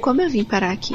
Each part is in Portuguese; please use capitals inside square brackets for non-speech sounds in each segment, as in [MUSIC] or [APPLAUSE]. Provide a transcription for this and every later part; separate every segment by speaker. Speaker 1: Como eu vim parar aqui?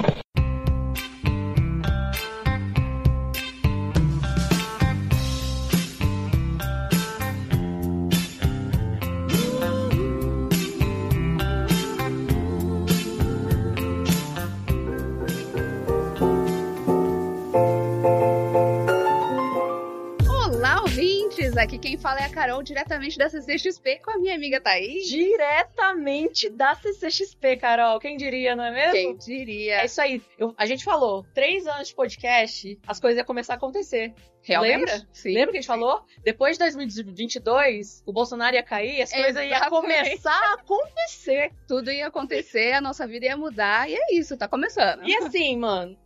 Speaker 2: Olá, ouvintes! Aqui quem fala é a Carol, diretamente da CCXP, com a minha amiga Thaís.
Speaker 3: Diretamente da CCXP, Carol. Quem diria, não é mesmo?
Speaker 2: Quem diria?
Speaker 3: É isso aí. Eu- a gente falou, três anos de podcast, as coisas iam começar a acontecer.
Speaker 2: Realmente?
Speaker 3: Lembra?
Speaker 2: Sim.
Speaker 3: Lembra que a gente falou? Depois de 2022, o Bolsonaro ia cair, as coisas iam
Speaker 2: Exatamente.
Speaker 3: começar a acontecer.
Speaker 2: Tudo ia acontecer, a nossa vida ia mudar, e é isso, tá começando.
Speaker 3: E assim, mano,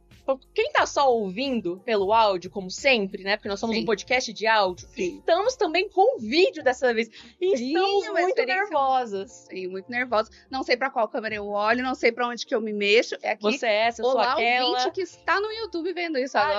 Speaker 3: quem tá só ouvindo pelo áudio, como sempre, né? Porque nós somos
Speaker 2: Sim.
Speaker 3: um podcast de áudio, estamos também com vídeo dessa vez. E
Speaker 2: Sim,
Speaker 3: estamos
Speaker 2: uma
Speaker 3: muito
Speaker 2: experiência-
Speaker 3: nervosas.
Speaker 2: E muito nervosa. Não sei pra qual câmera eu olho, não sei pra onde que eu me mexo. É aqui.
Speaker 3: Você é essa, eu sou
Speaker 2: Olá,
Speaker 3: aquela.
Speaker 2: ouvinte que está no YouTube vendo isso
Speaker 3: Ai, é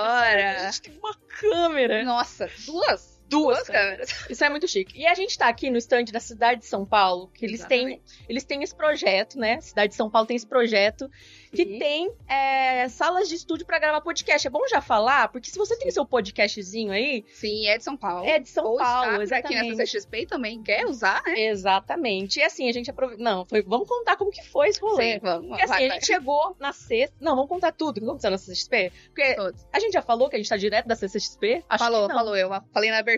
Speaker 2: agora.
Speaker 3: A gente tem uma câmera.
Speaker 2: Nossa, duas?
Speaker 3: Duas.
Speaker 2: Duas câmeras.
Speaker 3: Isso é muito chique. E a gente tá aqui no stand da cidade de São Paulo, que eles têm, eles têm esse projeto, né? Cidade de São Paulo tem esse projeto que
Speaker 2: Sim.
Speaker 3: tem é, salas de estúdio pra gravar podcast. É bom já falar, porque se você tem seu podcastzinho aí,
Speaker 2: Sim, é de São Paulo.
Speaker 3: é de São
Speaker 2: Ou
Speaker 3: Paulo,
Speaker 2: está por aqui
Speaker 3: exatamente. né?
Speaker 2: na CCXP e também quer usar, né?
Speaker 3: Exatamente. E assim, a gente aproveita. Não, foi- vamos contar como que foi esse rolê.
Speaker 2: Sim, vamos.
Speaker 3: Porque assim,
Speaker 2: vai,
Speaker 3: a gente chegou na sexta. Não, vamos contar tudo o que aconteceu na CCXP. Porque
Speaker 2: vai.
Speaker 3: a gente já falou que a gente tá direto da CCXP. Acho
Speaker 2: falou,
Speaker 3: que não.
Speaker 2: falou eu. Falei na abertura.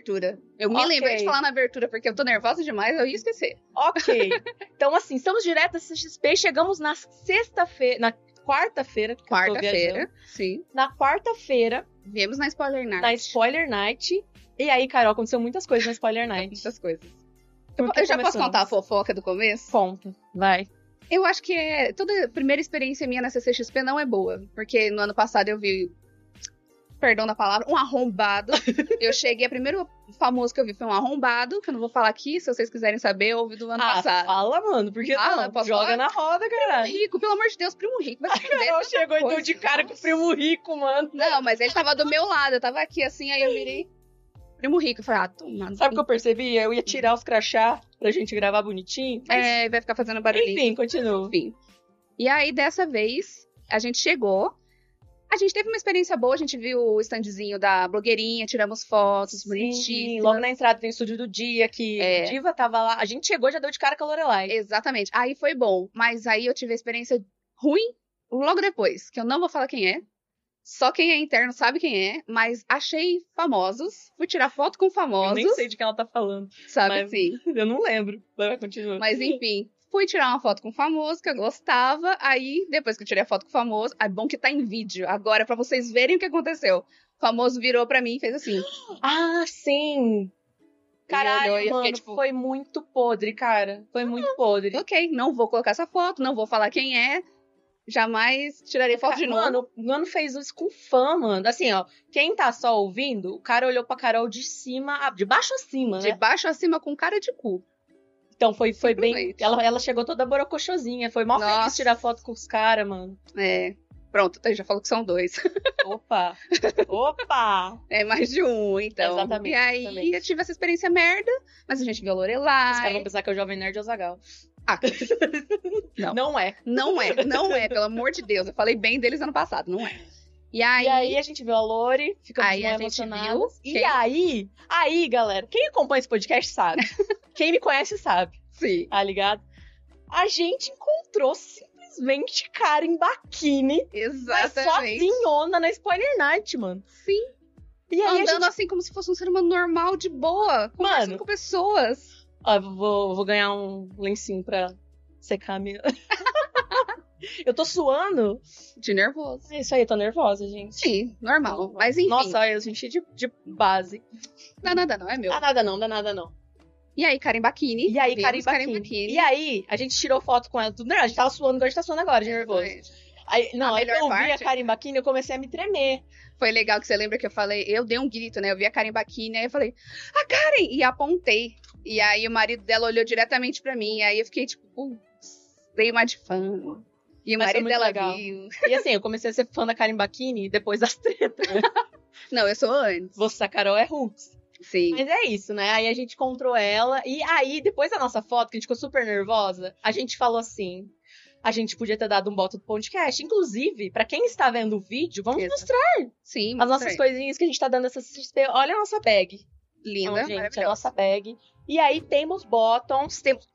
Speaker 2: Eu me
Speaker 3: Ok.
Speaker 2: lembrei de falar na abertura porque eu tô nervosa demais, eu ia esquecer.
Speaker 3: Ok. Então, assim, estamos direto da CXP. Chegamos na sexta-feira. Na quarta-feira. que eu tô viajando.
Speaker 2: Quarta-feira. Sim.
Speaker 3: Na quarta-feira,
Speaker 2: Viemos na Spoiler Night.
Speaker 3: né? na Spoiler Night. E aí, Carol, aconteceu muitas coisas na Spoiler Night.
Speaker 2: Muitas coisas.
Speaker 3: Por que
Speaker 2: eu já posso
Speaker 3: começamos?
Speaker 2: contar a fofoca do começo?
Speaker 3: Conta. Vai.
Speaker 2: Eu acho que é. Toda primeira experiência minha na CCXP não é boa. Porque no ano passado eu vi. Perdão da palavra, um
Speaker 3: [LAUGHS]
Speaker 2: arrombado. eu cheguei, a primeira famosa que eu vi foi um arrombado, que eu não vou falar aqui, se vocês quiserem saber, houve do ano
Speaker 3: ah,
Speaker 2: passado.
Speaker 3: fala, mano. Porque
Speaker 2: Fala,
Speaker 3: não?
Speaker 2: tá. Ah, posso
Speaker 3: Joga
Speaker 2: falar?
Speaker 3: na roda, caralho.
Speaker 2: Rico, pelo amor de Deus, primo rico. Vai se fuder.
Speaker 3: Carol chegou e deu
Speaker 2: coisa.
Speaker 3: de cara com o primo rico, mano.
Speaker 2: Não, mas ele tava do meu lado, eu tava aqui assim, aí eu virei primo rico. Eu falei, ah, toma.
Speaker 3: Sabe o que eu percebi? Eu ia tirar os crachá pra gente gravar bonitinho. mas-
Speaker 2: É, vai ficar fazendo barulhinho.
Speaker 3: Enfim, continua.
Speaker 2: Enfim. E aí, dessa vez, a gente chegou. A gente teve uma experiência boa, a gente viu o standzinho da blogueirinha, tiramos fotos
Speaker 3: Sim,
Speaker 2: bonitinhas.
Speaker 3: logo na entrada tem o estúdio do dia, que
Speaker 2: É.
Speaker 3: Diva tava lá. A gente chegou e já deu de cara com a Lorelai.
Speaker 2: Exatamente. Aí foi bom, mas aí eu tive a experiência ruim logo depois, que eu não vou falar quem é. Só quem é interno sabe quem é, mas achei famosos. Fui tirar foto com
Speaker 3: Eu
Speaker 2: famosos,
Speaker 3: nem sei de quem ela tá falando. [LAUGHS]
Speaker 2: sabe
Speaker 3: mas-
Speaker 2: assim.
Speaker 3: Eu não lembro. Vai, vai, continua.
Speaker 2: Mas enfim, fui tirar uma foto com o famoso, que eu gostava. Aí, depois que eu tirei a foto com o famoso, é bom que tá em vídeo agora pra vocês verem o que aconteceu. O famoso virou pra mim e fez assim.
Speaker 3: Ah, sim! [LAUGHS] Caralho,
Speaker 2: olhou e eu
Speaker 3: mano,
Speaker 2: fiquei, tipo-
Speaker 3: foi muito podre, cara. Foi muito podre.
Speaker 2: Ok, não vou colocar essa foto, não vou falar quem é. Jamais tirarei foto de novo.
Speaker 3: Mano, o Mano fez isso com fã, mano. Assim, ó, quem tá só ouvindo, o cara olhou pra Carol de cima, a- de baixo a cima,
Speaker 2: de
Speaker 3: né?
Speaker 2: baixo a cima com cara de cu.
Speaker 3: Então foi, foi bem.
Speaker 2: Simplesmente.
Speaker 3: Ela, ela chegou toda borocochosinha. Foi mal feliz
Speaker 2: Nossa.
Speaker 3: tirar foto com os caras, mano.
Speaker 2: É. Pronto, tá, já falou que são dois. [LAUGHS]
Speaker 3: Opa! [LAUGHS] Opa!
Speaker 2: É mais de um, então.
Speaker 3: Exatamente,
Speaker 2: E aí
Speaker 3: exatamente.
Speaker 2: eu tive essa experiência merda, mas a gente viu a
Speaker 3: Os caras vão
Speaker 2: Lorelai.
Speaker 3: pensar que é o Jovem Nerd Ozagal. [LAUGHS]
Speaker 2: Ah,
Speaker 3: Não.
Speaker 2: Não.
Speaker 3: é.
Speaker 2: não é, não é, pelo amor de Deus. Eu falei bem deles ano passado, não é. E aí,
Speaker 3: E aí a gente viu a Lori, ficamos
Speaker 2: Aí
Speaker 3: mó
Speaker 2: a gente
Speaker 3: emocionadas.
Speaker 2: viu
Speaker 3: E
Speaker 2: quem?
Speaker 3: aí, aí, galera, quem acompanha esse podcast [LAUGHS] sabe. quem me conhece sabe,
Speaker 2: sim.
Speaker 3: tá ligado? A gente encontrou simplesmente Karen Bakini, mas
Speaker 2: Exatamente.
Speaker 3: sozinhona na Spoiler Night, mano.
Speaker 2: Sim.
Speaker 3: E aí
Speaker 2: Andando
Speaker 3: a gente...
Speaker 2: assim como se fosse um ser humano normal, de boa. Conversando
Speaker 3: Mano.
Speaker 2: com pessoas.
Speaker 3: Ó, vou, vou ganhar um lencinho pra secar a minha... [LAUGHS] Eu tô suando.
Speaker 2: De nervoso.
Speaker 3: É isso aí, tô nervosa, gente.
Speaker 2: Sim, normal. Mas enfim.
Speaker 3: Nossa, olha, eu senti é de, de base.
Speaker 2: Dá nada, não é meu.
Speaker 3: Dá nada não, dá nada não.
Speaker 2: E aí, Karen Bakini.
Speaker 3: Ah. E aí,
Speaker 2: Vemos
Speaker 3: Karen Bakini. E aí, a gente tirou foto com ela. Tudo nervoso. A gente tava suando, agora a gente tá suando agora, de nervoso.
Speaker 2: Exatamente.
Speaker 3: Aí, não,
Speaker 2: A
Speaker 3: aí
Speaker 2: melhor
Speaker 3: eu vi a
Speaker 2: parte-
Speaker 3: Karim Bakini, eu comecei a me tremer.
Speaker 2: Foi legal que você lembra que eu falei, eu dei um grito, né? Eu vi a Karen Bakini, aí eu falei, a Karen! E apontei. E aí o marido dela olhou diretamente pra mim. E aí eu fiquei tipo, putz, dei uma de fã. E o
Speaker 3: Mas foi
Speaker 2: marido
Speaker 3: muito
Speaker 2: dela
Speaker 3: legal.
Speaker 2: viu.
Speaker 3: E assim, eu comecei a ser fã da Karim Bakini depois das tretas.
Speaker 2: Não, eu sou antes.
Speaker 3: [LAUGHS] Você, a Carol, é Hulks.
Speaker 2: Sim.
Speaker 3: Mas é isso, né? Aí a gente encontrou ela. E aí, depois da nossa foto, que a gente ficou super nervosa, a gente falou assim... a gente podia ter dado um bota do podcast. Inclusive, pra quem está vendo o vídeo, vamos
Speaker 2: Isso.
Speaker 3: mostrar
Speaker 2: Sim,
Speaker 3: as
Speaker 2: mostra
Speaker 3: nossas
Speaker 2: aí.
Speaker 3: coisinhas que a gente tá dando essa CXP. Olha a nossa bag.
Speaker 2: Linda,
Speaker 3: então, gente, a
Speaker 2: maravilhosa.
Speaker 3: nossa bag. E aí temos bottoms, temos...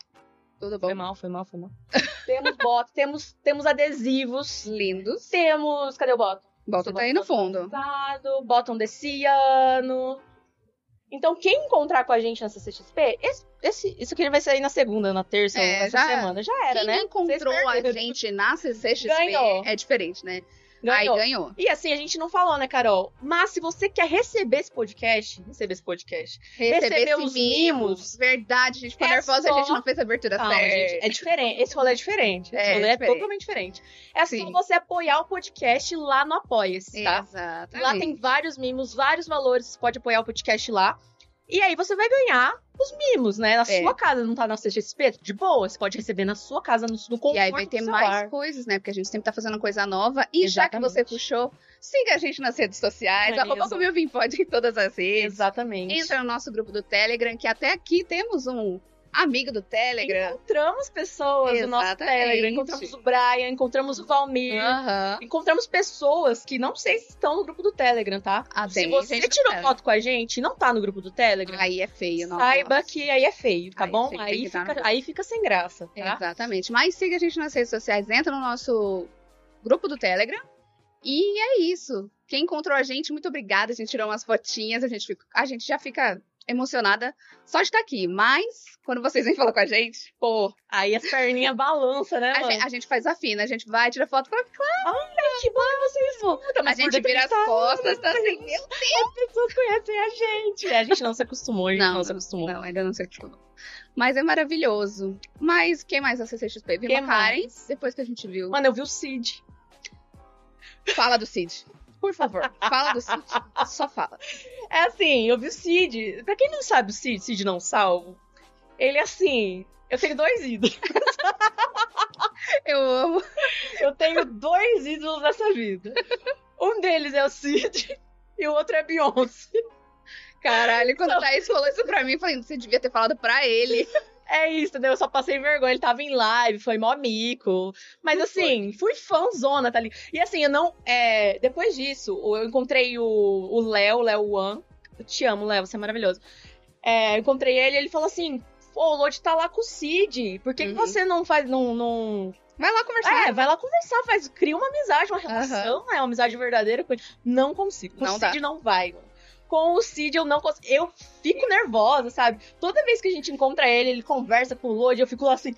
Speaker 2: Tudo bom?
Speaker 3: Foi mal, foi mal, foi mal. [LAUGHS] temos bottoms, temos, temos adesivos,
Speaker 2: Lindos.
Speaker 3: temos... Cadê o bottom?
Speaker 2: Bota tá aí no fundo.
Speaker 3: Usado, Bottom desse ano. Então, quem encontrar com a gente na CCXP, esse, esse- isso aqui vai sair na segunda, na terça,
Speaker 2: É,
Speaker 3: nessa
Speaker 2: já-
Speaker 3: semana. Já era,
Speaker 2: Quem
Speaker 3: né?
Speaker 2: encontrou
Speaker 3: Vocês
Speaker 2: a
Speaker 3: perderam.
Speaker 2: gente na CCXP
Speaker 3: Ganhou.
Speaker 2: é diferente, né?
Speaker 3: Ganhou.
Speaker 2: Aí ganhou.
Speaker 3: E assim, a gente não falou, né, Carol? Mas se você quer receber esse podcast, receber esse podcast,
Speaker 2: Receber
Speaker 3: Recebeu
Speaker 2: esse
Speaker 3: os mimos.
Speaker 2: mimos. Verdade, gente ficou
Speaker 3: É
Speaker 2: nervosa
Speaker 3: só-
Speaker 2: a gente não fez a abertura
Speaker 3: Calma,
Speaker 2: certa.
Speaker 3: gente, é diferente. Esse rolê é diferente. Esse
Speaker 2: É,
Speaker 3: rolê é
Speaker 2: diferente.
Speaker 3: totalmente diferente. É só
Speaker 2: Sim.
Speaker 3: você apoiar o podcast lá no Apoia-se, tá?
Speaker 2: Exatamente.
Speaker 3: Lá tem vários mimos, vários valores. Você pode apoiar o podcast lá. E aí você vai ganhar os mimos, né? Na
Speaker 2: É.
Speaker 3: sua casa, não tá na CGSP? De boa, você pode receber na sua casa, no, no conforto
Speaker 2: E aí vai ter
Speaker 3: do seu
Speaker 2: mais
Speaker 3: lar.
Speaker 2: coisas, né? Porque a gente sempre tá fazendo coisa nova. E já
Speaker 3: Exatamente.
Speaker 2: que você puxou, siga a gente nas redes sociais,
Speaker 3: Maravilhoso.
Speaker 2: arroba como eu vim pode em todas as redes.
Speaker 3: Exatamente.
Speaker 2: Entra no nosso grupo do Telegram, que até aqui temos um amigo do Telegram.
Speaker 3: Encontramos pessoas no nosso
Speaker 2: Exatamente.
Speaker 3: Telegram. Encontramos o Brian, encontramos o Valmir.
Speaker 2: Aham.
Speaker 3: Encontramos pessoas que não sei se estão no grupo do Telegram, tá?
Speaker 2: Ah,
Speaker 3: se
Speaker 2: tem
Speaker 3: você
Speaker 2: gente do
Speaker 3: tirou
Speaker 2: Telegram.
Speaker 3: foto com a gente e não tá no grupo do Telegram,
Speaker 2: Aí é feio, nossa.
Speaker 3: saiba que aí é feio, tá
Speaker 2: Aí é
Speaker 3: bom?
Speaker 2: feio, tem
Speaker 3: aí,
Speaker 2: que dar
Speaker 3: fica,
Speaker 2: no-
Speaker 3: aí fica sem graça, tá?
Speaker 2: Exatamente. Mas siga a gente nas redes sociais, entra no nosso grupo do Telegram. E é isso. Quem encontrou a gente, muito obrigada. A gente tirou umas fotinhas, a gente, fica- a gente já fica emocionada só de estar aqui. Mas, quando vocês vêm falar com a gente,
Speaker 3: Pô, aí as perninhas balançam, né,
Speaker 2: a
Speaker 3: mano?
Speaker 2: gente, a gente faz a fina, a gente vai, tira foto, fala,
Speaker 3: que bom que vocês escutam,
Speaker 2: a
Speaker 3: mas por
Speaker 2: gente
Speaker 3: dentro
Speaker 2: vira as
Speaker 3: tá,
Speaker 2: costas, tá assim, meu
Speaker 3: as pessoas conhecem a gente. É, a gente não se acostumou, a gente não,
Speaker 2: Não,
Speaker 3: se acostumou.
Speaker 2: Não, ainda não sei o que falou. Mas é maravilhoso. Mas quem mais da CCXP? Viu
Speaker 3: Quem
Speaker 2: a Karen?
Speaker 3: mais?
Speaker 2: Depois que a gente viu.
Speaker 3: Mano, eu vi o Cid.
Speaker 2: Fala do Cid. Por [LAUGHS] favor. Fala do
Speaker 3: [LAUGHS]
Speaker 2: Cid. Só fala.
Speaker 3: É assim, eu vi o Cid. Pra quem não sabe o Cid, Cid não salvo, ele é assim. Eu tenho dois ídolos. [LAUGHS]
Speaker 2: Eu amo.
Speaker 3: Eu tenho dois ídolos nessa vida. Um deles é o Cid [LAUGHS] e o outro é a Beyoncé.
Speaker 2: Caralho, quando o Thaís falou isso pra mim, eu falei, você devia ter falado pra ele.
Speaker 3: É isso, entendeu? Eu só passei vergonha. Ele tava em live, foi mó mico. Mas assim, fui fãzona, tá ligado? E assim, eu não. é, Depois disso, eu encontrei o o Léo, o Léo Wan. Eu te amo, Léo, você é maravilhoso. É, eu encontrei ele e ele falou assim: Pô, o Lodi tá lá com o Cid. Por que, que
Speaker 2: Uhum.
Speaker 3: você não faz. Não, não...
Speaker 2: Vai lá conversar.
Speaker 3: É, vai lá conversar, faz, cria uma amizade, uma relação, né? Uma amizade verdadeira. com ele. Não consigo. Com
Speaker 2: Não
Speaker 3: o
Speaker 2: dá.
Speaker 3: Cid não vai, mano. Com o Cid eu não consigo. Eu fico nervosa, sabe? Toda vez que a gente encontra ele, ele conversa com o Lodi, eu fico lá assim,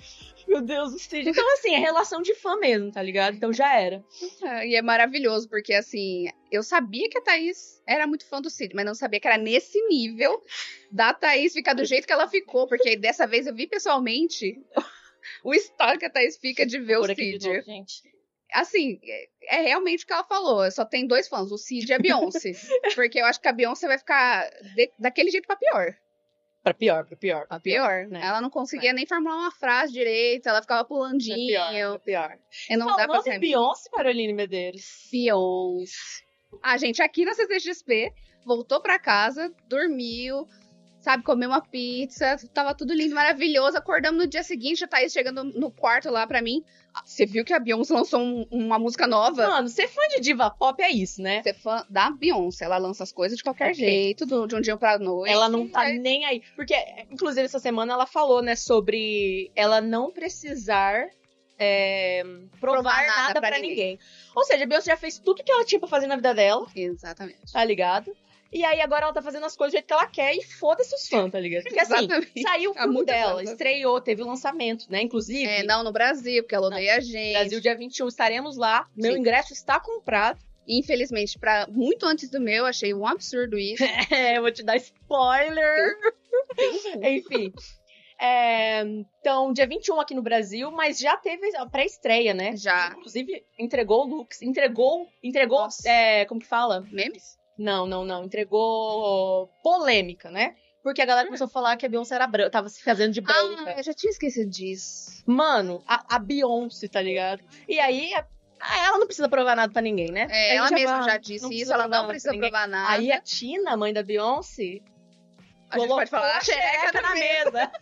Speaker 3: meu Deus, o Cid. Então, assim, é relação de fã mesmo, tá ligado? Então já era.
Speaker 2: É, E é maravilhoso, porque assim, eu sabia que a Thaís era muito fã do Cid, mas não sabia que era nesse nível da Thaís ficar do jeito que ela ficou, porque dessa vez eu vi pessoalmente o estado que a Thaís fica de ver
Speaker 3: Por
Speaker 2: o
Speaker 3: aqui
Speaker 2: Cid.
Speaker 3: de novo, gente.
Speaker 2: assim, é- é realmente o que ela falou. Só tem dois fãs, o Cid e a
Speaker 3: [LAUGHS]
Speaker 2: Beyoncé. porque eu acho que a Beyoncé vai ficar de- daquele jeito pra pior.
Speaker 3: Pra pior, pra pior.
Speaker 2: Pra pior.
Speaker 3: né?
Speaker 2: Ela não conseguia nem formular uma frase direito, ela ficava
Speaker 3: Pra
Speaker 2: pulandinho.
Speaker 3: É pior, pra pior.
Speaker 2: Eu não dá pra
Speaker 3: Falando em
Speaker 2: saber.
Speaker 3: Beyoncé, Caroline Medeiros.
Speaker 2: Beyoncé. A gente aqui na CCXP voltou pra casa, dormiu, sabe, comeu uma pizza, tava tudo lindo, maravilhoso. Acordamos no dia seguinte, a Thaís chegando no quarto lá pra mim. "Ah, Você viu que a Beyoncé lançou um- uma música nova?
Speaker 3: Mano, ser fã de diva pop é isso, né?
Speaker 2: Você é fã da Beyoncé, ela lança as coisas de qualquer
Speaker 3: Ok.
Speaker 2: jeito, do- de um dia pra noite.
Speaker 3: Ela não tá
Speaker 2: É,
Speaker 3: nem aí. Porque, inclusive, essa semana ela falou, né, sobre ela não precisar é, provar, nada, pra, ninguém. Ou seja, a Beyoncé já fez tudo que ela tinha pra fazer na vida dela,
Speaker 2: Exatamente.
Speaker 3: tá ligado? E aí agora ela tá fazendo as coisas do jeito que ela quer e foda-se os fãs, tá ligado? Porque assim,
Speaker 2: Exatamente.
Speaker 3: saiu [LAUGHS] o
Speaker 2: Há
Speaker 3: filme
Speaker 2: muita
Speaker 3: dela,
Speaker 2: coisa.
Speaker 3: estreou, teve o lançamento, né? Inclusive,
Speaker 2: É, não no Brasil, porque ela odeia a gente.
Speaker 3: Brasil dia 21 estaremos lá. Meu
Speaker 2: Sim.
Speaker 3: ingresso está comprado.
Speaker 2: Infelizmente, pra, muito antes do meu, achei um absurdo isso.
Speaker 3: [LAUGHS] [LAUGHS] É, eu vou te dar [LAUGHS] spoiler.
Speaker 2: um,
Speaker 3: Enfim. É, então, dia 21 aqui no Brasil, mas já teve a pré-estreia, né?
Speaker 2: Já.
Speaker 3: Inclusive, entregou looks, entregou, entregou,
Speaker 2: Nossa.
Speaker 3: é, como que fala?
Speaker 2: Memes?
Speaker 3: Não, não, não, entregou polêmica, né? Porque a galera começou a falar que a Beyoncé era branca, tava se fazendo de branca.
Speaker 2: Ah, eu já tinha esquecido disso.
Speaker 3: Mano, a, a Beyoncé, tá ligado? E aí, a- a- ela não precisa provar nada pra ninguém, né? A
Speaker 2: É,
Speaker 3: gente
Speaker 2: ela mesma
Speaker 3: fala,
Speaker 2: já disse
Speaker 3: não
Speaker 2: isso, ela não
Speaker 3: nada pra
Speaker 2: precisa
Speaker 3: ninguém.
Speaker 2: provar nada.
Speaker 3: Aí a Tina, mãe da Beyoncé,
Speaker 2: A gente pode [LAUGHS] falar
Speaker 3: a xereca na mesa.